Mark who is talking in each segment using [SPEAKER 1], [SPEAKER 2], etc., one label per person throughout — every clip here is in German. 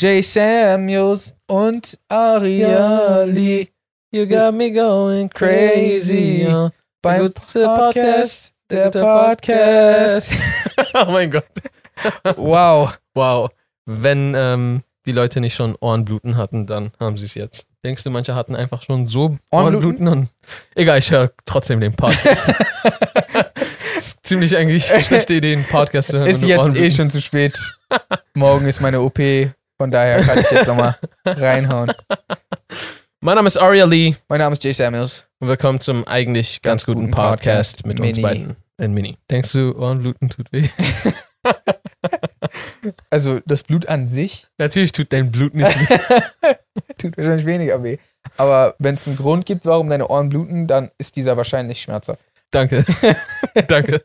[SPEAKER 1] Jay Samuels und Aria Lee.
[SPEAKER 2] You got me going crazy. uh.
[SPEAKER 1] Beim
[SPEAKER 2] Gut, der
[SPEAKER 1] Podcast,
[SPEAKER 2] Podcast,
[SPEAKER 1] der
[SPEAKER 2] der
[SPEAKER 1] Podcast.
[SPEAKER 2] oh mein Gott.
[SPEAKER 1] Wow.
[SPEAKER 2] Wow. Wenn ähm, die Leute nicht schon Ohrenbluten hatten, dann haben sie es jetzt. Denkst du, manche hatten einfach schon so
[SPEAKER 1] Ohrenbluten?
[SPEAKER 2] Ohrenbluten, und. Egal, ich höre trotzdem den Podcast. ist ziemlich eigentlich schlechte Idee, einen Podcast zu hören.
[SPEAKER 1] Ist
[SPEAKER 2] wenn du
[SPEAKER 1] jetzt eh
[SPEAKER 2] Ohrenbluten-
[SPEAKER 1] schon zu spät. Morgen ist meine OP. Von daher kann ich jetzt nochmal reinhauen.
[SPEAKER 2] Mein Name ist Aria Lee
[SPEAKER 1] Mein Name ist Jay Samuels.
[SPEAKER 2] und willkommen zum eigentlich ganz, guten, Podcast, mit uns
[SPEAKER 1] Mini.
[SPEAKER 2] beiden. In Mini. Denkst du, Ohrenbluten tut weh?
[SPEAKER 1] Also das Blut an sich
[SPEAKER 2] Natürlich tut dein Blut nicht weh.
[SPEAKER 1] tut wahrscheinlich weniger weh. Aber wenn es einen Grund gibt, warum deine Ohren bluten, dann ist dieser wahrscheinlich schmerzhaft.
[SPEAKER 2] Danke. Danke.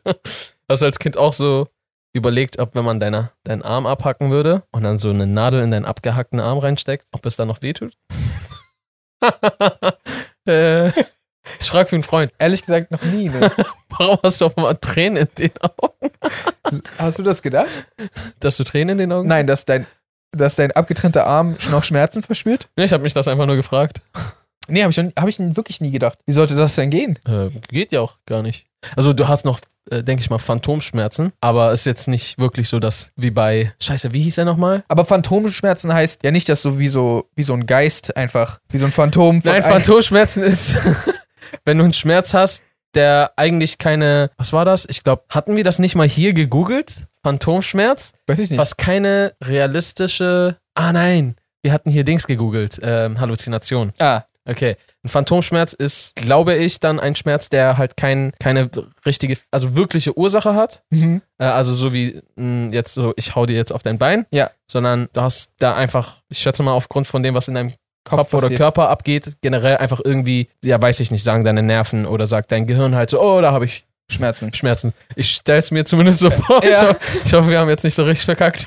[SPEAKER 2] Hast du als Kind auch so überlegt, ob wenn man deine, deinen Arm abhacken würde und dann so eine Nadel in deinen abgehackten Arm reinsteckt, ob es dann noch wehtut? äh, ich frage für einen Freund,
[SPEAKER 1] Ehrlich gesagt noch nie. Ne?
[SPEAKER 2] warum hast du auf einmal Tränen in den Augen?
[SPEAKER 1] Hast du das gedacht?
[SPEAKER 2] Dass du Tränen in den Augen?
[SPEAKER 1] Nein, dass dein, dass dein abgetrennter Arm noch Schmerzen verspürt?
[SPEAKER 2] Nee, ich habe mich das einfach nur gefragt.
[SPEAKER 1] Nee, habe ich, schon- hab ich wirklich nie gedacht. Wie sollte das denn gehen?
[SPEAKER 2] Äh, geht ja auch gar nicht. Also du hast noch, äh, denke ich mal, Phantomschmerzen, aber ist jetzt nicht wirklich so, dass wie bei, scheiße, wie hieß er nochmal?
[SPEAKER 1] Aber Phantomschmerzen heißt ja nicht, dass so wie so, wie so ein Geist einfach, wie so ein Phantom. von
[SPEAKER 2] Nein,
[SPEAKER 1] einem-
[SPEAKER 2] Phantomschmerzen ist, wenn du einen Schmerz hast, der eigentlich keine, was war das? Ich glaube, hatten wir das nicht mal hier gegoogelt? Phantomschmerz,
[SPEAKER 1] Weiß ich nicht.
[SPEAKER 2] was keine realistische, ah nein, wir hatten hier Dings gegoogelt, ähm, Halluzination.
[SPEAKER 1] Ah,
[SPEAKER 2] Okay, ein Phantomschmerz ist, glaube ich, dann ein Schmerz, der halt kein, keine richtige, also wirkliche Ursache hat.
[SPEAKER 1] mhm.
[SPEAKER 2] Äh, also so wie mh, jetzt so, ich hau dir jetzt auf dein Bein.
[SPEAKER 1] Ja.
[SPEAKER 2] Sondern du hast da einfach, ich schätze mal, aufgrund von dem, was in deinem Kopf, oder
[SPEAKER 1] passiert.
[SPEAKER 2] Körper abgeht, generell einfach irgendwie, ja, weiß ich nicht, sagen deine Nerven oder sagt dein Gehirn halt so, oh, da habe ich
[SPEAKER 1] Schmerzen.
[SPEAKER 2] Schmerzen. Ich stell's mir zumindest so vor. Ich,
[SPEAKER 1] Ja.
[SPEAKER 2] hoffe, ich hoffe, wir haben jetzt nicht so richtig verkackt.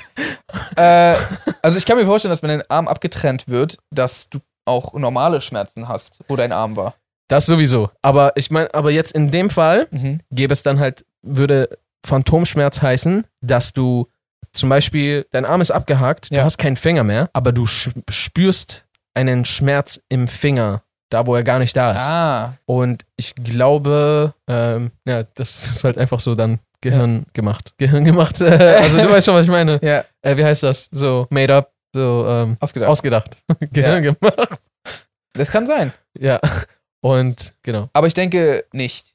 [SPEAKER 1] äh, also ich kann mir vorstellen, dass wenn dein Arm abgetrennt wird, dass du auch normale Schmerzen hast, wo dein Arm war.
[SPEAKER 2] Das sowieso. Aber ich meine, aber jetzt in dem Fall
[SPEAKER 1] Mhm.
[SPEAKER 2] gäbe es dann halt, würde Phantomschmerz heißen, dass du zum Beispiel, dein Arm ist abgehakt,
[SPEAKER 1] Ja.
[SPEAKER 2] du hast keinen Finger mehr, aber du sch spürst einen Schmerz im Finger, da wo er gar nicht da ist.
[SPEAKER 1] Ah,
[SPEAKER 2] Und ich glaube, ähm, ja, das ist halt einfach so dann Gehirn gemacht. Gehirn gemacht. Äh, also du weißt schon, was ich meine.
[SPEAKER 1] ja,
[SPEAKER 2] Äh, wie heißt das? So made up, so ähm,
[SPEAKER 1] ausgedacht.
[SPEAKER 2] ausgedacht. Gehirn gemacht.
[SPEAKER 1] das kann sein.
[SPEAKER 2] Ja. Und genau.
[SPEAKER 1] Aber ich denke nicht.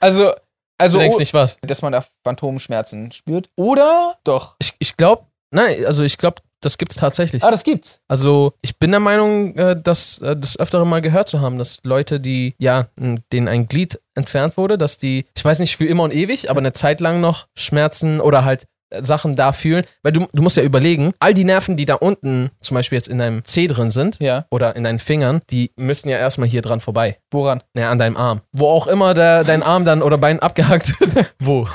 [SPEAKER 1] Also,
[SPEAKER 2] Also,
[SPEAKER 1] also
[SPEAKER 2] du denkst
[SPEAKER 1] oh,
[SPEAKER 2] nicht was.
[SPEAKER 1] dass man da Phantomschmerzen spürt. Oder doch.
[SPEAKER 2] Ich, ich glaube, nein, also ich glaube, das gibt's tatsächlich.
[SPEAKER 1] Ah, das gibt's.
[SPEAKER 2] Also ich bin der Meinung, äh, das, äh, das öftere Mal gehört zu haben, dass Leute, die, ja, m, denen ein Glied entfernt wurde, dass die, ich weiß nicht, für immer und ewig, aber eine Zeit lang noch Schmerzen oder halt äh, Sachen da fühlen. Weil du, du musst ja überlegen, all die Nerven, die da unten zum Beispiel jetzt in deinem Zeh drin sind
[SPEAKER 1] Ja.
[SPEAKER 2] oder in deinen Fingern, die müssen ja erstmal hier dran vorbei.
[SPEAKER 1] Woran?
[SPEAKER 2] Naja, an deinem Arm. Wo auch immer der, dein Arm dann oder Bein abgehakt wird. Wo?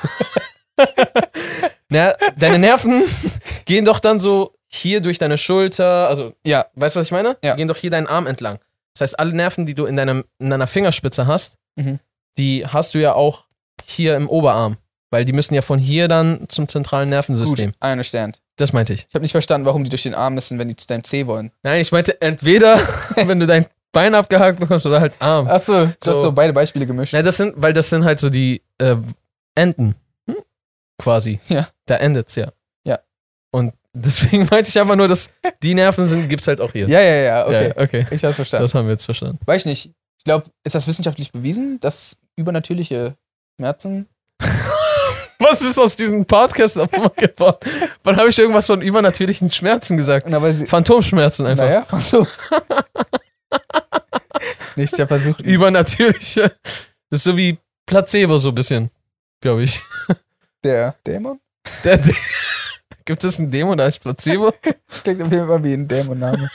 [SPEAKER 2] naja, deine Nerven gehen doch dann so hier durch deine Schulter, also
[SPEAKER 1] Ja.
[SPEAKER 2] Weißt du, was ich meine?
[SPEAKER 1] Ja.
[SPEAKER 2] Die gehen doch hier deinen Arm entlang. Das heißt, alle Nerven, die du in, deinem, in deiner Fingerspitze hast,
[SPEAKER 1] Mhm.
[SPEAKER 2] die hast du ja auch hier im Oberarm. Weil die müssen ja von hier dann zum zentralen
[SPEAKER 1] Gut,
[SPEAKER 2] Nervensystem.
[SPEAKER 1] I understand.
[SPEAKER 2] Das meinte ich.
[SPEAKER 1] Ich habe nicht verstanden, warum die durch den Arm müssen, wenn die zu deinem C wollen.
[SPEAKER 2] Nein, ich meinte entweder, wenn du dein Bein abgehakt bekommst oder halt Arm.
[SPEAKER 1] Achso, du hast
[SPEAKER 2] So.
[SPEAKER 1] so beide Beispiele gemischt.
[SPEAKER 2] Nein, das sind, weil das sind halt so die äh, Enden. Hm? Quasi.
[SPEAKER 1] Ja.
[SPEAKER 2] Da endet's ja.
[SPEAKER 1] Ja.
[SPEAKER 2] Und deswegen meinte ich einfach nur, dass die Nerven sind, gibt's halt auch hier.
[SPEAKER 1] Ja, ja, ja, okay.
[SPEAKER 2] Ja, okay.
[SPEAKER 1] Ich hab's verstanden.
[SPEAKER 2] Das haben wir jetzt verstanden.
[SPEAKER 1] Weiß ich nicht. Ich glaube, ist das wissenschaftlich bewiesen, dass übernatürliche Schmerzen.
[SPEAKER 2] Was ist aus diesem Podcast auf einmal geworden? Wann habe ich irgendwas von übernatürlichen Schmerzen gesagt?
[SPEAKER 1] Na, weil sie.
[SPEAKER 2] Phantomschmerzen einfach.
[SPEAKER 1] Naja, so. Nichts ja versucht.
[SPEAKER 2] Übernatürliche. Das ist so wie Placebo so ein bisschen, glaube ich.
[SPEAKER 1] Der Dämon?
[SPEAKER 2] Der, der, gibt es einen Dämon als Placebo?
[SPEAKER 1] Klingt auf jeden Fall wie ein Dämonname.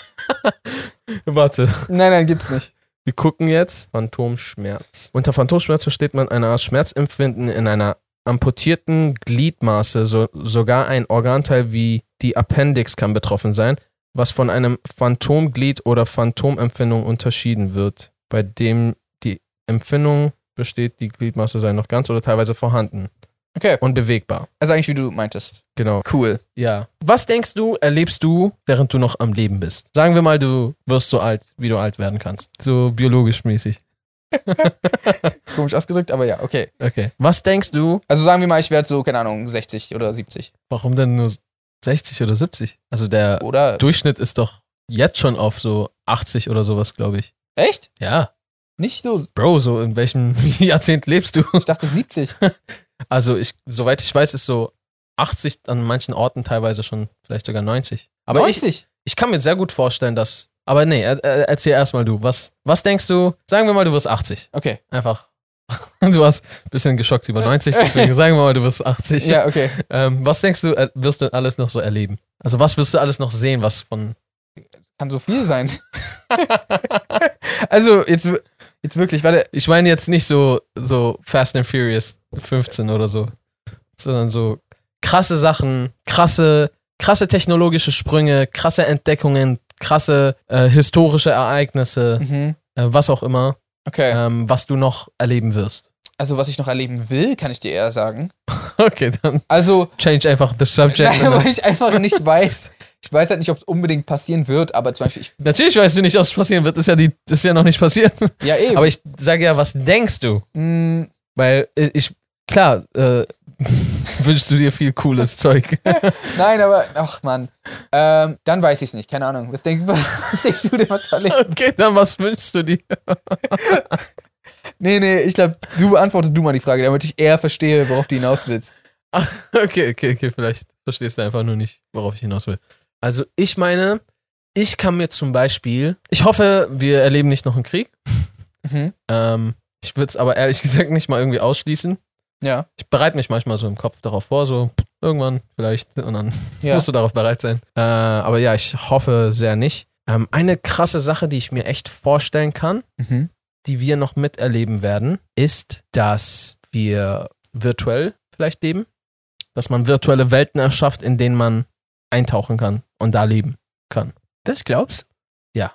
[SPEAKER 2] Warte,
[SPEAKER 1] nein, nein, gibt's nicht.
[SPEAKER 2] wir gucken jetzt. Phantomschmerz. Unter Phantomschmerz versteht man eine Art Schmerzempfinden in einer amputierten Gliedmaße. So, sogar ein Organteil wie die Appendix kann betroffen sein, was von einem Phantomglied oder Phantomempfindung unterschieden wird, bei dem die Empfindung besteht, die Gliedmaße sei noch ganz oder teilweise vorhanden.
[SPEAKER 1] Okay.
[SPEAKER 2] und bewegbar.
[SPEAKER 1] Also eigentlich, wie du meintest.
[SPEAKER 2] Genau.
[SPEAKER 1] Cool.
[SPEAKER 2] Ja. Was denkst du, erlebst du, während du noch am Leben bist? Sagen wir mal, du wirst so alt, wie du alt werden kannst. So biologisch mäßig.
[SPEAKER 1] Komisch ausgedrückt, aber ja, okay.
[SPEAKER 2] Okay. Was denkst du,
[SPEAKER 1] Also sagen wir mal, ich werde so, keine Ahnung, 60 oder 70.
[SPEAKER 2] warum denn nur 60 oder 70? Also der
[SPEAKER 1] Oder?
[SPEAKER 2] Durchschnitt ist doch jetzt schon auf so 80 oder sowas, glaube ich.
[SPEAKER 1] Echt?
[SPEAKER 2] Ja.
[SPEAKER 1] Nicht so.
[SPEAKER 2] Bro, so in welchem Jahrzehnt lebst du?
[SPEAKER 1] Ich dachte 70.
[SPEAKER 2] Also ich, soweit ich weiß, ist so 80 an manchen Orten teilweise schon vielleicht sogar 90. Aber ich,
[SPEAKER 1] 90?
[SPEAKER 2] ich kann mir sehr gut vorstellen, dass. Aber nee, er, er, erzähl erstmal du. Was, was denkst du? Sagen wir mal, du wirst 80.
[SPEAKER 1] Okay.
[SPEAKER 2] Einfach. Du warst ein bisschen geschockt über 90, deswegen sagen wir mal, du wirst 80.
[SPEAKER 1] Ja, okay.
[SPEAKER 2] Ähm, was denkst du, äh, wirst du alles noch so erleben? Also was wirst du alles noch sehen, was von.
[SPEAKER 1] Kann so viel sein. also, jetzt, w- jetzt wirklich, warte.
[SPEAKER 2] Ich meine jetzt nicht so, so Fast and Furious 15 oder so, sondern so krasse Sachen, krasse, krasse technologische Sprünge, krasse Entdeckungen, krasse äh, historische Ereignisse,
[SPEAKER 1] Mhm.
[SPEAKER 2] äh, was auch immer,
[SPEAKER 1] Okay.
[SPEAKER 2] ähm, was du noch erleben wirst.
[SPEAKER 1] Also, was ich noch erleben will, kann ich dir eher sagen.
[SPEAKER 2] Okay, dann
[SPEAKER 1] Also,
[SPEAKER 2] change einfach the subject.
[SPEAKER 1] nein, weil ich einfach nicht weiß. Ich weiß halt nicht, ob es unbedingt passieren wird, aber zum Beispiel, ich,
[SPEAKER 2] Natürlich weißt du nicht, was passieren wird, ist ja, die, ist ja noch nicht passiert.
[SPEAKER 1] ja eben.
[SPEAKER 2] Aber ich sage ja, was denkst du?
[SPEAKER 1] Mm,
[SPEAKER 2] Weil äh, ich, klar, äh, wünschst du dir viel cooles Zeug.
[SPEAKER 1] nein, aber, ach man. Ähm, dann weiß ich es nicht, keine Ahnung. Was denkst du, was denkst du denn, was erleben?
[SPEAKER 2] Okay, dann was wünschst du dir?
[SPEAKER 1] Nee, nee, ich glaube, du beantwortest du mal die Frage, damit ich eher verstehe, worauf du hinaus willst.
[SPEAKER 2] Okay, okay, okay, vielleicht verstehst du einfach nur nicht, worauf ich hinaus will. Also ich meine, ich kann mir zum Beispiel, ich hoffe, wir erleben nicht noch einen Krieg.
[SPEAKER 1] Mhm.
[SPEAKER 2] Ähm, ich würde es aber ehrlich gesagt nicht mal irgendwie ausschließen.
[SPEAKER 1] Ja,
[SPEAKER 2] Ich bereite mich manchmal so im Kopf darauf vor, so irgendwann vielleicht und dann
[SPEAKER 1] ja.
[SPEAKER 2] musst du darauf bereit sein. Äh, aber ja, ich hoffe sehr nicht. Ähm, eine krasse Sache, die ich mir echt vorstellen kann,
[SPEAKER 1] Mhm.
[SPEAKER 2] die wir noch miterleben werden, ist, dass wir virtuell vielleicht leben. Dass man virtuelle Welten erschafft, in denen man eintauchen kann und da leben kann.
[SPEAKER 1] Das glaubst
[SPEAKER 2] Ja.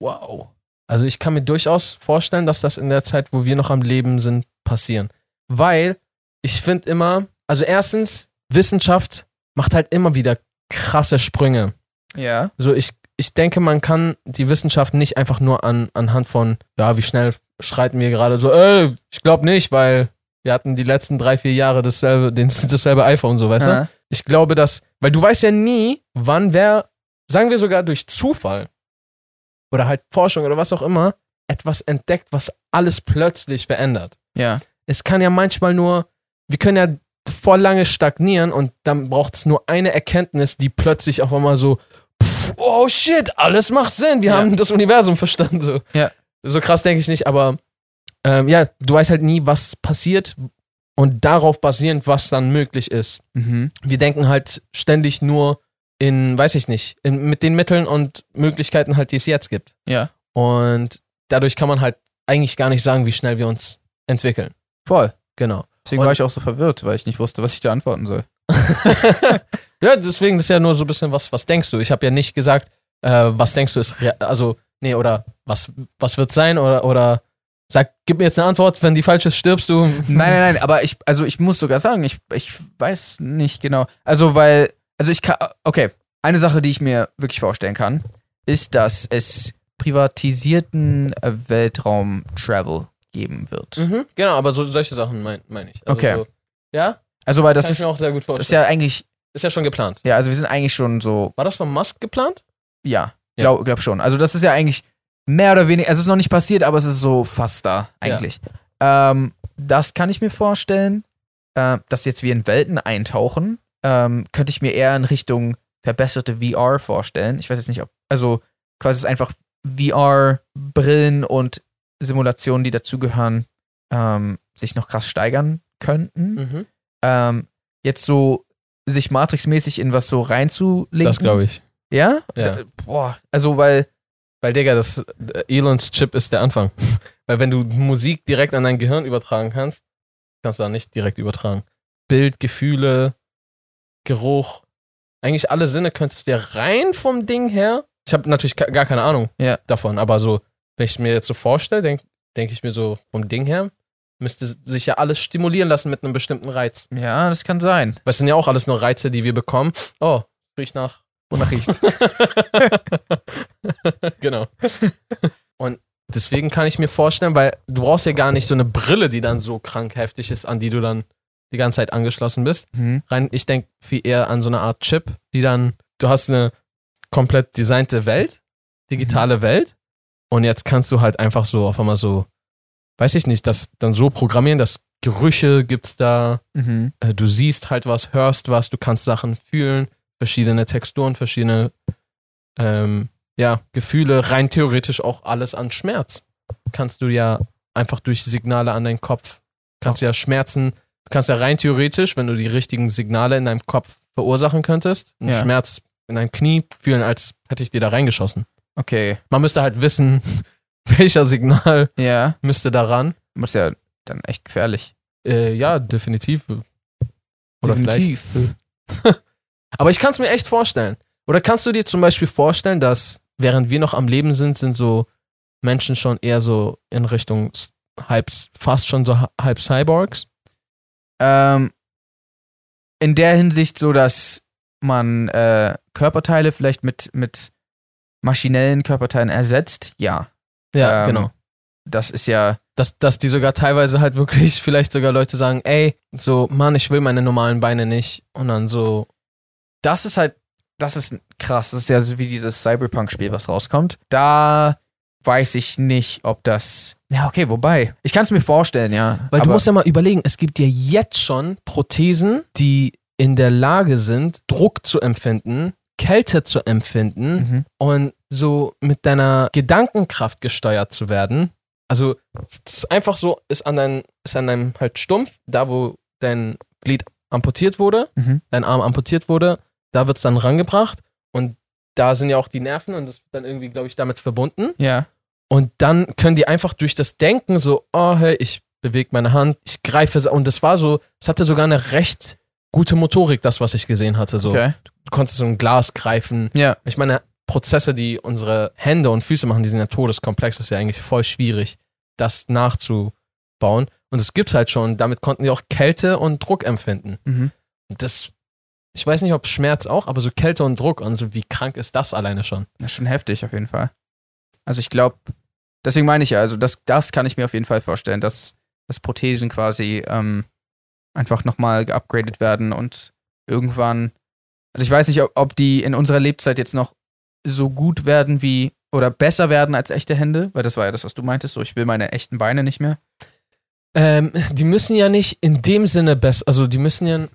[SPEAKER 1] Wow.
[SPEAKER 2] Also ich kann mir durchaus vorstellen, dass das in der Zeit, wo wir noch am Leben sind, passieren. Weil ich finde immer, also erstens, Wissenschaft macht halt immer wieder krasse Sprünge.
[SPEAKER 1] Ja.
[SPEAKER 2] So, ich, ich denke, man kann die Wissenschaft nicht einfach nur an, anhand von, ja, wie schnell schreiten wir gerade so, ey, ich glaube nicht, weil wir hatten die letzten drei, vier Jahre dasselbe, den, dasselbe iPhone, so, weißt du?
[SPEAKER 1] Ja.
[SPEAKER 2] Ich glaube, dass, weil du weißt ja nie, wann wer, sagen wir sogar durch Zufall oder halt Forschung oder was auch immer, etwas entdeckt, was alles plötzlich verändert
[SPEAKER 1] ja.
[SPEAKER 2] es kann ja manchmal nur, wir können ja voll lange stagnieren und dann braucht es nur eine Erkenntnis, die plötzlich auf einmal so, pff, oh shit, alles macht Sinn, wir
[SPEAKER 1] Ja.
[SPEAKER 2] haben das Universum verstanden. So,
[SPEAKER 1] Ja.
[SPEAKER 2] so krass denke ich nicht, aber ähm, ja, du weißt halt nie, was passiert und darauf basierend, was dann möglich ist.
[SPEAKER 1] Mhm.
[SPEAKER 2] Wir denken halt ständig nur in, weiß ich nicht, in, mit den Mitteln und Möglichkeiten halt, die es jetzt gibt.
[SPEAKER 1] Ja.
[SPEAKER 2] Und dadurch kann man halt eigentlich gar nicht sagen, wie schnell wir uns entwickeln.
[SPEAKER 1] Voll.
[SPEAKER 2] Genau.
[SPEAKER 1] Deswegen
[SPEAKER 2] Und-
[SPEAKER 1] war ich auch so verwirrt, weil ich nicht wusste, was ich da antworten soll.
[SPEAKER 2] Ja, deswegen ist ja nur so ein bisschen, was, was denkst du? Ich habe ja nicht gesagt, äh, was denkst du ist, rea- also, nee, oder was, was wird sein? Oder, oder sag, gib mir jetzt eine Antwort, wenn die falsch ist, stirbst du.
[SPEAKER 1] Nein, nein, nein, aber ich, also ich muss sogar sagen, ich, ich weiß nicht genau. Also, weil, also ich kann, okay, eine Sache, die ich mir wirklich vorstellen kann, ist, dass es privatisierten äh, Weltraum-Travel geben wird.
[SPEAKER 2] Mhm, genau, aber so, solche Sachen meine mein ich. Also
[SPEAKER 1] Okay.
[SPEAKER 2] So, ja,
[SPEAKER 1] Also, weil das
[SPEAKER 2] kann ich
[SPEAKER 1] ist,
[SPEAKER 2] mir auch sehr gut
[SPEAKER 1] ist
[SPEAKER 2] vorstellen.
[SPEAKER 1] ja eigentlich,
[SPEAKER 2] Ist ja schon geplant.
[SPEAKER 1] ja, also wir sind eigentlich schon so,
[SPEAKER 2] War das von Musk geplant? Ja.
[SPEAKER 1] ja, glaub, glaub schon. Also, das ist ja eigentlich mehr oder weniger, also es ist noch nicht passiert, aber es ist so fast da, eigentlich. Ähm, das kann ich mir vorstellen. äh, dass jetzt wir in Welten eintauchen, ähm, könnte ich mir eher in Richtung verbesserte VR vorstellen. Ich weiß jetzt nicht, ob, also quasi es ist einfach VR-Brillen und Simulationen, die dazugehören, ähm, sich noch krass steigern könnten.
[SPEAKER 2] Mhm.
[SPEAKER 1] Ähm, jetzt so sich matrixmäßig in was so reinzulegen.
[SPEAKER 2] Das glaube ich.
[SPEAKER 1] ich. Ja?
[SPEAKER 2] Ja.
[SPEAKER 1] Da, boah, also weil,
[SPEAKER 2] Weil, Digga, das äh, Elons Chip ist der Anfang. Weil wenn du Musik direkt an dein Gehirn übertragen kannst, kannst du da nicht direkt übertragen. Bild, Gefühle, Geruch, eigentlich alle Sinne könntest du ja rein vom Ding her. Ich habe natürlich ka- gar keine Ahnung
[SPEAKER 1] Ja.
[SPEAKER 2] davon, aber so, wenn ich es mir jetzt so vorstelle, denke denk ich mir so vom Ding her, müsste sich ja alles stimulieren lassen mit einem bestimmten Reiz.
[SPEAKER 1] Ja, das kann sein.
[SPEAKER 2] Weil es sind ja auch alles nur Reize, die wir bekommen. Oh, riecht nach.
[SPEAKER 1] Wonach riecht's?
[SPEAKER 2] Genau. Und deswegen kann ich mir vorstellen, weil du brauchst ja gar nicht so eine Brille, die dann so krank heftig ist, an die du dann die ganze Zeit angeschlossen bist.
[SPEAKER 1] Hm.
[SPEAKER 2] Rein, ich denke viel eher an so eine Art Chip, die dann, du hast eine komplett designte Welt, digitale Welt, und jetzt kannst du halt einfach so auf einmal so, weiß ich nicht, das dann so programmieren, dass Gerüche gibt's da,
[SPEAKER 1] Mhm.
[SPEAKER 2] äh, du siehst halt was, hörst was, du kannst Sachen fühlen, verschiedene Texturen, verschiedene ähm, ja, Gefühle, rein theoretisch auch alles an Schmerz. Kannst du ja einfach durch Signale an deinen Kopf, kannst du ja Schmerzen, du kannst ja rein theoretisch, wenn du die richtigen Signale in deinem Kopf verursachen könntest, einen
[SPEAKER 1] Ja.
[SPEAKER 2] Schmerz in deinem Knie fühlen, als hätte ich dir da reingeschossen.
[SPEAKER 1] Okay.
[SPEAKER 2] Man müsste halt wissen, welcher Signal
[SPEAKER 1] Ja.
[SPEAKER 2] müsste daran.
[SPEAKER 1] Das ist ja dann echt gefährlich.
[SPEAKER 2] Äh, ja, definitiv. Oder
[SPEAKER 1] Definitiv.
[SPEAKER 2] vielleicht. Aber ich kann es mir echt vorstellen. Oder kannst du dir zum Beispiel vorstellen, dass während wir noch am Leben sind, sind so Menschen schon eher so in Richtung s- halb, fast schon so ha- halb Cyborgs?
[SPEAKER 1] Ähm, in der Hinsicht so, dass man äh, Körperteile vielleicht mit, mit maschinellen Körperteilen ersetzt, ja. Ähm, Das ist ja,
[SPEAKER 2] genau. Dass, dass die sogar teilweise halt wirklich vielleicht sogar Leute sagen, ey, so, Mann, ich will meine normalen Beine nicht. Und dann so,
[SPEAKER 1] das ist halt, das ist krass. Das ist ja so wie dieses Cyberpunk-Spiel, was rauskommt. Da weiß ich nicht, ob das. Ja, okay, wobei. Ich kann es mir vorstellen, ja.
[SPEAKER 2] Weil
[SPEAKER 1] Aber-
[SPEAKER 2] du musst ja mal überlegen, es gibt ja jetzt schon Prothesen, die in der Lage sind, Druck zu empfinden, Kälte zu empfinden
[SPEAKER 1] Mhm.
[SPEAKER 2] und so mit deiner Gedankenkraft gesteuert zu werden. Also es ist einfach so, ist an deinem, ist an deinem halt Stumpf, da wo dein Glied amputiert wurde,
[SPEAKER 1] Mhm.
[SPEAKER 2] dein Arm amputiert wurde, da wird es dann rangebracht und da sind ja auch die Nerven und das wird dann irgendwie, glaube ich, damit verbunden.
[SPEAKER 1] Ja.
[SPEAKER 2] Und dann können die einfach durch das Denken so, oh, hey, ich bewege meine Hand, ich greife. sa- Und das war so, es hatte sogar eine recht gute Motorik, das, was ich gesehen hatte. So.
[SPEAKER 1] Okay.
[SPEAKER 2] Du konntest so ein Glas greifen.
[SPEAKER 1] Ja.
[SPEAKER 2] Ich meine, Prozesse, die unsere Hände und Füße machen, die sind ja todeskomplex. Das ist ja eigentlich voll schwierig, das nachzubauen. Und es gibt's halt schon. Damit konnten die auch Kälte und Druck empfinden.
[SPEAKER 1] Mhm.
[SPEAKER 2] Und das, ich weiß nicht, ob Schmerz auch, aber so Kälte und Druck. Und so, wie krank ist das alleine schon?
[SPEAKER 1] Das ist schon heftig, auf jeden Fall. Also ich glaube, deswegen meine ich ja, also das, das kann ich mir auf jeden Fall vorstellen, dass, dass Prothesen quasi ähm, einfach nochmal geupgradet werden und irgendwann, also ich weiß nicht, ob, ob die in unserer Lebzeit jetzt noch so gut werden wie, oder besser werden als echte Hände, weil das war ja das, was du meintest, so ich will meine echten Beine nicht mehr.
[SPEAKER 2] Ähm, die müssen ja nicht in dem Sinne besser, also die müssen ja.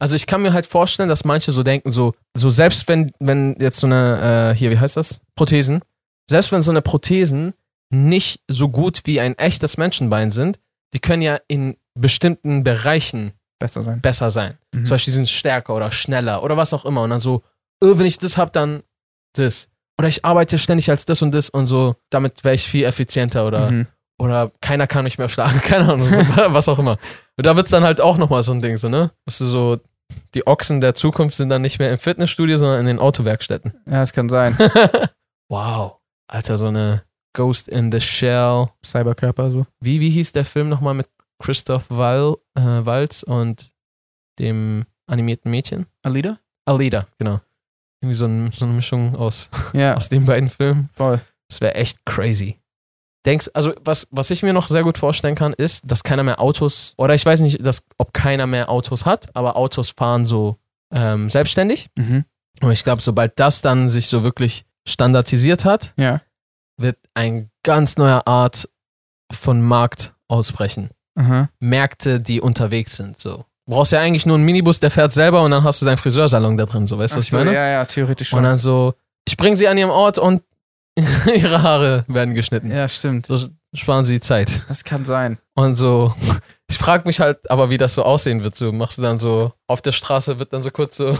[SPEAKER 2] Also ich kann mir halt vorstellen, dass manche so denken, so, so selbst wenn, wenn jetzt so eine, äh, hier, wie heißt das? Prothesen. Selbst wenn so eine Prothesen nicht so gut wie ein echtes Menschenbein sind, die können ja in bestimmten Bereichen
[SPEAKER 1] Besser sein.
[SPEAKER 2] besser sein.
[SPEAKER 1] Mhm.
[SPEAKER 2] Zum Beispiel, die sind stärker oder schneller oder was auch immer. Und dann so, äh, wenn ich das hab, dann das. Oder ich arbeite ständig als das und das und so, damit wäre ich viel effizienter oder
[SPEAKER 1] Mhm.
[SPEAKER 2] oder keiner kann mich mehr schlagen, keine Ahnung, so, was auch immer. Und da wird es dann halt auch nochmal so ein Ding, so, ne? Weißt du, so, die Ochsen der Zukunft sind dann nicht mehr im Fitnessstudio, sondern in den Autowerkstätten.
[SPEAKER 1] Ja, das kann sein.
[SPEAKER 2] wow. Alter, so eine Ghost in the Shell.
[SPEAKER 1] Cyberkörper so.
[SPEAKER 2] Wie, wie hieß der Film nochmal mit Christoph Wall, äh, Waltz und dem animierten Mädchen?
[SPEAKER 1] Alida?
[SPEAKER 2] Alida, genau. Irgendwie so, ein, so eine Mischung aus,
[SPEAKER 1] Ja,
[SPEAKER 2] aus den beiden Filmen.
[SPEAKER 1] voll.
[SPEAKER 2] Das wäre echt crazy. Denkst, also was, was ich mir noch sehr gut vorstellen kann, ist, dass keiner mehr Autos, oder ich weiß nicht, dass, ob keiner mehr Autos hat, aber Autos fahren so ähm, selbstständig.
[SPEAKER 1] Mhm.
[SPEAKER 2] Und ich glaube, sobald das dann sich so wirklich standardisiert hat,
[SPEAKER 1] Ja.
[SPEAKER 2] wird ein ganz neuer Art von Markt ausbrechen.
[SPEAKER 1] Aha.
[SPEAKER 2] Märkte, die unterwegs sind, so. Du brauchst ja eigentlich nur einen Minibus, der fährt selber und dann hast du deinen Friseursalon da drin, so, weißt du, was ich
[SPEAKER 1] Ach so,
[SPEAKER 2] meine?
[SPEAKER 1] Ja, ja, theoretisch
[SPEAKER 2] und
[SPEAKER 1] schon.
[SPEAKER 2] dann so, ich bringe sie an ihrem Ort und ihre Haare werden geschnitten.
[SPEAKER 1] Ja, stimmt.
[SPEAKER 2] So sparen sie Zeit.
[SPEAKER 1] Das kann sein.
[SPEAKER 2] Und so, ich frage mich halt aber, wie das so aussehen wird. So machst du dann so, auf der Straße wird dann so kurz so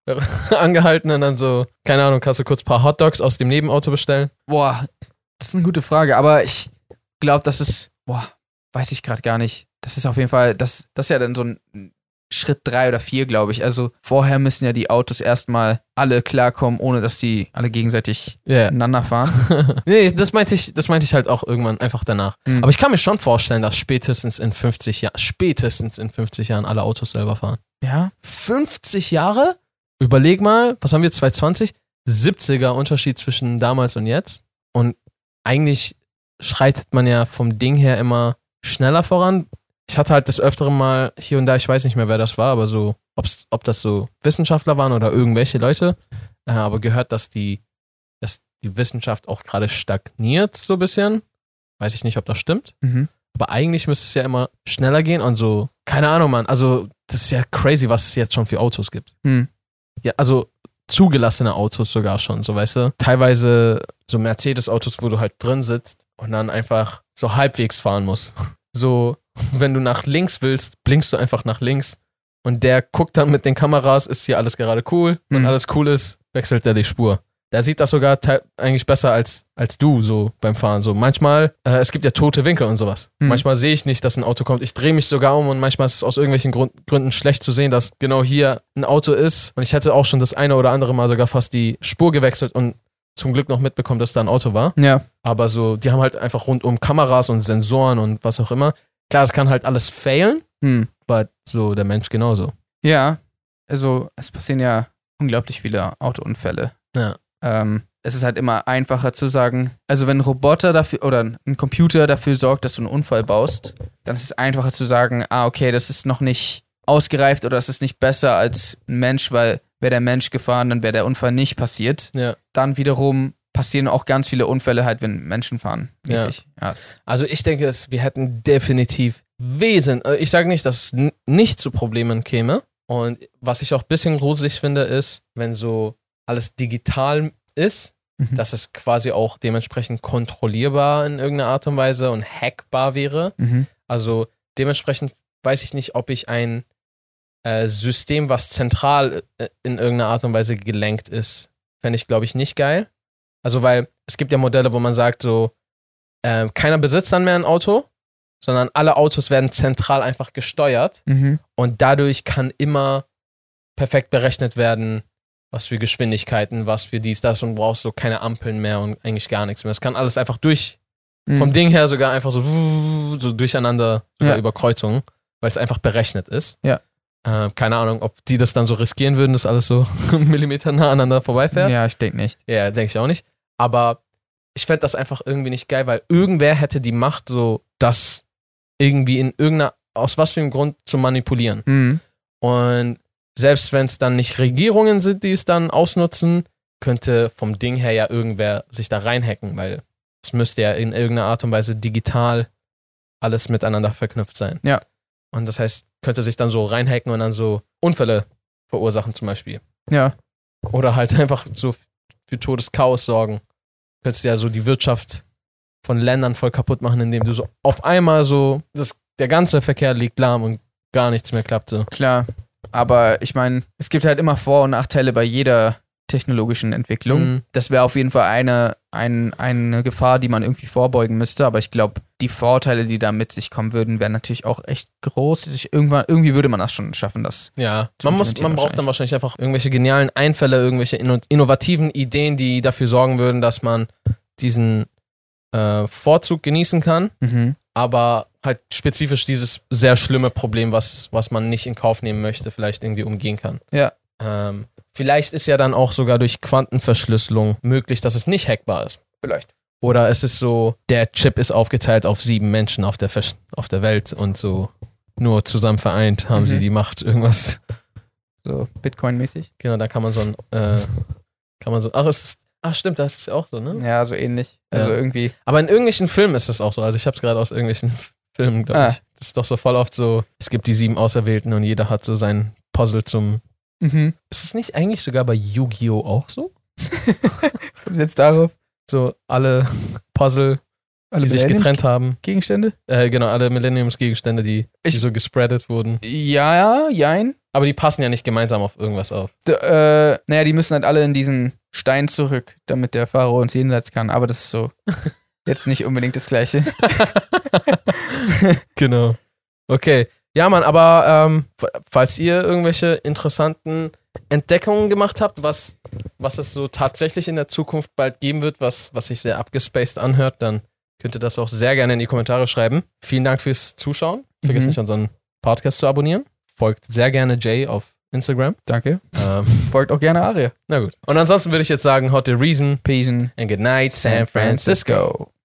[SPEAKER 2] angehalten und dann so, keine Ahnung, kannst du kurz ein paar Hotdogs aus dem Nebenauto bestellen.
[SPEAKER 1] Boah, das ist eine gute Frage, aber ich glaube, das ist, boah, weiß ich gerade gar nicht. Das ist auf jeden Fall, das, das ist ja dann so ein Schritt drei oder vier, glaube ich. Also vorher müssen ja die Autos erstmal alle klarkommen, ohne dass die alle gegenseitig
[SPEAKER 2] Ja.
[SPEAKER 1] ineinander fahren.
[SPEAKER 2] Ne. Nee, das meinte ich, das meinte ich halt auch irgendwann einfach danach.
[SPEAKER 1] Mhm.
[SPEAKER 2] Aber ich kann mir schon vorstellen, dass spätestens in 50 Jahren, spätestens in 50 Jahren alle Autos selber fahren.
[SPEAKER 1] Ja.
[SPEAKER 2] 50 Jahre? Überleg mal, was haben wir 2020? 70er Unterschied zwischen damals und jetzt. Und eigentlich schreitet man ja vom Ding her immer schneller voran. Ich hatte halt das öftere Mal hier und da, ich weiß nicht mehr, wer das war, aber so, ob's, ob das so Wissenschaftler waren oder irgendwelche Leute, äh, aber gehört, dass die, dass die Wissenschaft auch gerade stagniert, so ein bisschen. Weiß ich nicht, ob das stimmt.
[SPEAKER 1] Mhm.
[SPEAKER 2] Aber eigentlich müsste es ja immer schneller gehen und so. Keine Ahnung, Mann. Also, das ist ja crazy, was es jetzt schon für Autos gibt.
[SPEAKER 1] Hm.
[SPEAKER 2] Ja, also zugelassene Autos sogar schon, so weißt du. Teilweise so Mercedes-Autos, wo du halt drin sitzt und dann einfach so halbwegs fahren musst. So, wenn du nach links willst, blinkst du einfach nach links. Und der guckt dann mit den Kameras, ist hier alles gerade cool. Wenn
[SPEAKER 1] Hm.
[SPEAKER 2] alles cool ist, wechselt er die Spur. Der sieht das sogar te- eigentlich besser als, als du so beim Fahren. So manchmal, äh, es gibt ja tote Winkel und sowas.
[SPEAKER 1] Mhm.
[SPEAKER 2] Manchmal sehe ich nicht, dass ein Auto kommt. Ich drehe mich sogar um und manchmal ist es aus irgendwelchen Grund, Gründen schlecht zu sehen, dass genau hier ein Auto ist. Und ich hätte auch schon das eine oder andere Mal sogar fast die Spur gewechselt und zum Glück noch mitbekommen, dass da ein Auto war.
[SPEAKER 1] Ja.
[SPEAKER 2] Aber so, die haben halt einfach rundum Kameras und Sensoren und was auch immer. Klar, es kann halt alles failen,
[SPEAKER 1] Hm.
[SPEAKER 2] aber so der Mensch genauso.
[SPEAKER 1] Ja. Also es passieren ja unglaublich viele Autounfälle.
[SPEAKER 2] Ja.
[SPEAKER 1] Ähm, es ist halt immer einfacher zu sagen, also wenn ein Roboter dafür oder ein Computer dafür sorgt, dass du einen Unfall baust, dann ist es einfacher zu sagen, ah, okay, das ist noch nicht ausgereift oder das ist nicht besser als ein Mensch, weil wäre der Mensch gefahren, dann wäre der Unfall nicht passiert.
[SPEAKER 2] Ja.
[SPEAKER 1] Dann wiederum passieren auch ganz viele Unfälle halt, wenn Menschen fahren. Mäßig. Ja. es-
[SPEAKER 2] Also ich denke, es- wir hätten definitiv Wesen. äh, Ich sage nicht, dass es n- nicht zu Problemen käme. Und was ich auch ein bisschen gruselig finde, ist, wenn so alles digital ist,
[SPEAKER 1] Mhm.
[SPEAKER 2] dass es quasi auch dementsprechend kontrollierbar in irgendeiner Art und Weise und hackbar wäre.
[SPEAKER 1] Mhm.
[SPEAKER 2] Also dementsprechend weiß ich nicht, ob ich ein äh, System, was zentral äh, in irgendeiner Art und Weise gelenkt ist, fände ich, glaube ich, nicht geil. Also weil es gibt ja Modelle, wo man sagt so, äh, keiner besitzt dann mehr ein Auto, sondern alle Autos werden zentral einfach gesteuert
[SPEAKER 1] Mhm.
[SPEAKER 2] und dadurch kann immer perfekt berechnet werden, was für Geschwindigkeiten, was für dies, das und brauchst so keine Ampeln mehr und eigentlich gar nichts mehr. Es kann alles einfach durch
[SPEAKER 1] Mhm.
[SPEAKER 2] vom Ding her sogar einfach so, so durcheinander sogar
[SPEAKER 1] Ja.
[SPEAKER 2] über Kreuzungen, weil es einfach berechnet ist.
[SPEAKER 1] Ja.
[SPEAKER 2] Äh, keine Ahnung, ob die das dann so riskieren würden, dass alles so millimeternah aneinander vorbeifährt.
[SPEAKER 1] Ja, ich denke nicht.
[SPEAKER 2] Ja, denke ich auch nicht. Aber ich fände das einfach irgendwie nicht geil, weil irgendwer hätte die Macht, so das irgendwie in irgendeiner, aus was für einem Grund zu manipulieren.
[SPEAKER 1] Mhm.
[SPEAKER 2] Und selbst wenn es dann nicht Regierungen sind, die es dann ausnutzen, könnte vom Ding her ja irgendwer sich da reinhacken, weil es müsste ja in irgendeiner Art und Weise digital alles miteinander verknüpft sein.
[SPEAKER 1] Ja.
[SPEAKER 2] Und das heißt, könnte sich dann so reinhacken und dann so Unfälle verursachen zum Beispiel.
[SPEAKER 1] Ja.
[SPEAKER 2] Oder halt einfach so für totes Chaos sorgen. Könntest ja so die Wirtschaft von Ländern voll kaputt machen, indem du so auf einmal so, das, der ganze Verkehr liegt lahm und gar nichts mehr klappt. So.
[SPEAKER 1] Klar, aber ich meine, es gibt halt immer Vor- und Nachteile bei jeder technologischen Entwicklung.
[SPEAKER 2] Mhm.
[SPEAKER 1] Das wäre auf jeden Fall eine, ein, eine Gefahr, die man irgendwie vorbeugen müsste. Aber ich glaube, die Vorteile, die da mit sich kommen würden, wären natürlich auch echt groß. Ich, irgendwann, irgendwie würde man das schon schaffen, das.
[SPEAKER 2] Ja,
[SPEAKER 1] zu
[SPEAKER 2] man, muss, man
[SPEAKER 1] implementieren
[SPEAKER 2] braucht dann wahrscheinlich einfach irgendwelche genialen Einfälle, irgendwelche inno innovativen Ideen, die dafür sorgen würden, dass man diesen äh, Vorzug genießen kann,
[SPEAKER 1] Mhm.
[SPEAKER 2] aber halt spezifisch dieses sehr schlimme Problem, was, was man nicht in Kauf nehmen möchte, vielleicht irgendwie umgehen kann.
[SPEAKER 1] Ja.
[SPEAKER 2] Ähm, vielleicht ist ja dann auch sogar durch Quantenverschlüsselung möglich, dass es nicht hackbar ist.
[SPEAKER 1] Vielleicht.
[SPEAKER 2] Oder es ist so, der Chip ist aufgeteilt auf sieben Menschen auf der, Versch- auf der Welt und so nur zusammen vereint haben
[SPEAKER 1] Mhm.
[SPEAKER 2] sie die Macht, irgendwas
[SPEAKER 1] So Bitcoin-mäßig.
[SPEAKER 2] Genau, da kann man so ein, äh, kann man so, ach, es ist, ach stimmt, das ist ja auch so, ne?
[SPEAKER 1] Ja, so ähnlich. Also
[SPEAKER 2] Ja.
[SPEAKER 1] irgendwie.
[SPEAKER 2] Aber in irgendwelchen Filmen ist das auch so, also ich hab's gerade aus irgendwelchen Filmen, glaube
[SPEAKER 1] Ah.
[SPEAKER 2] ich. Das ist doch so voll oft so, es gibt die sieben Auserwählten und jeder hat so sein Puzzle zum,
[SPEAKER 1] Mhm.
[SPEAKER 2] ist es nicht eigentlich sogar bei Yu-Gi-Oh! auch so?
[SPEAKER 1] Kommt jetzt darauf,
[SPEAKER 2] So alle Puzzle,
[SPEAKER 1] alle
[SPEAKER 2] die sich
[SPEAKER 1] Millenniums-
[SPEAKER 2] getrennt haben,
[SPEAKER 1] Gegenstände? äh,
[SPEAKER 2] äh, genau, alle Millenniums-Gegenstände, die, die
[SPEAKER 1] Ich-
[SPEAKER 2] so gespreadet wurden.
[SPEAKER 1] Ja, ja, jein.
[SPEAKER 2] Aber die passen ja nicht gemeinsam auf irgendwas auf.
[SPEAKER 1] D äh, naja, die müssen halt alle in diesen Stein zurück, damit der Pharao uns jenseits kann. Aber das ist so jetzt nicht unbedingt das Gleiche.
[SPEAKER 2] Genau. Okay, Ja, Mann, aber ähm, falls ihr irgendwelche interessanten Entdeckungen gemacht habt, was, was es so tatsächlich in der Zukunft bald geben wird, was, was sich sehr abgespaced anhört, dann könnt ihr das auch sehr gerne in die Kommentare schreiben. Vielen Dank fürs Zuschauen. Vergesst
[SPEAKER 1] Mhm.
[SPEAKER 2] nicht, unseren Podcast zu abonnieren. Folgt sehr gerne Jay auf Instagram.
[SPEAKER 1] Danke.
[SPEAKER 2] Ähm,
[SPEAKER 1] Folgt auch gerne Aria.
[SPEAKER 2] na gut. Und ansonsten würde ich jetzt sagen, hot the reason
[SPEAKER 1] Peace in
[SPEAKER 2] and good night, San Francisco.
[SPEAKER 1] Francisco.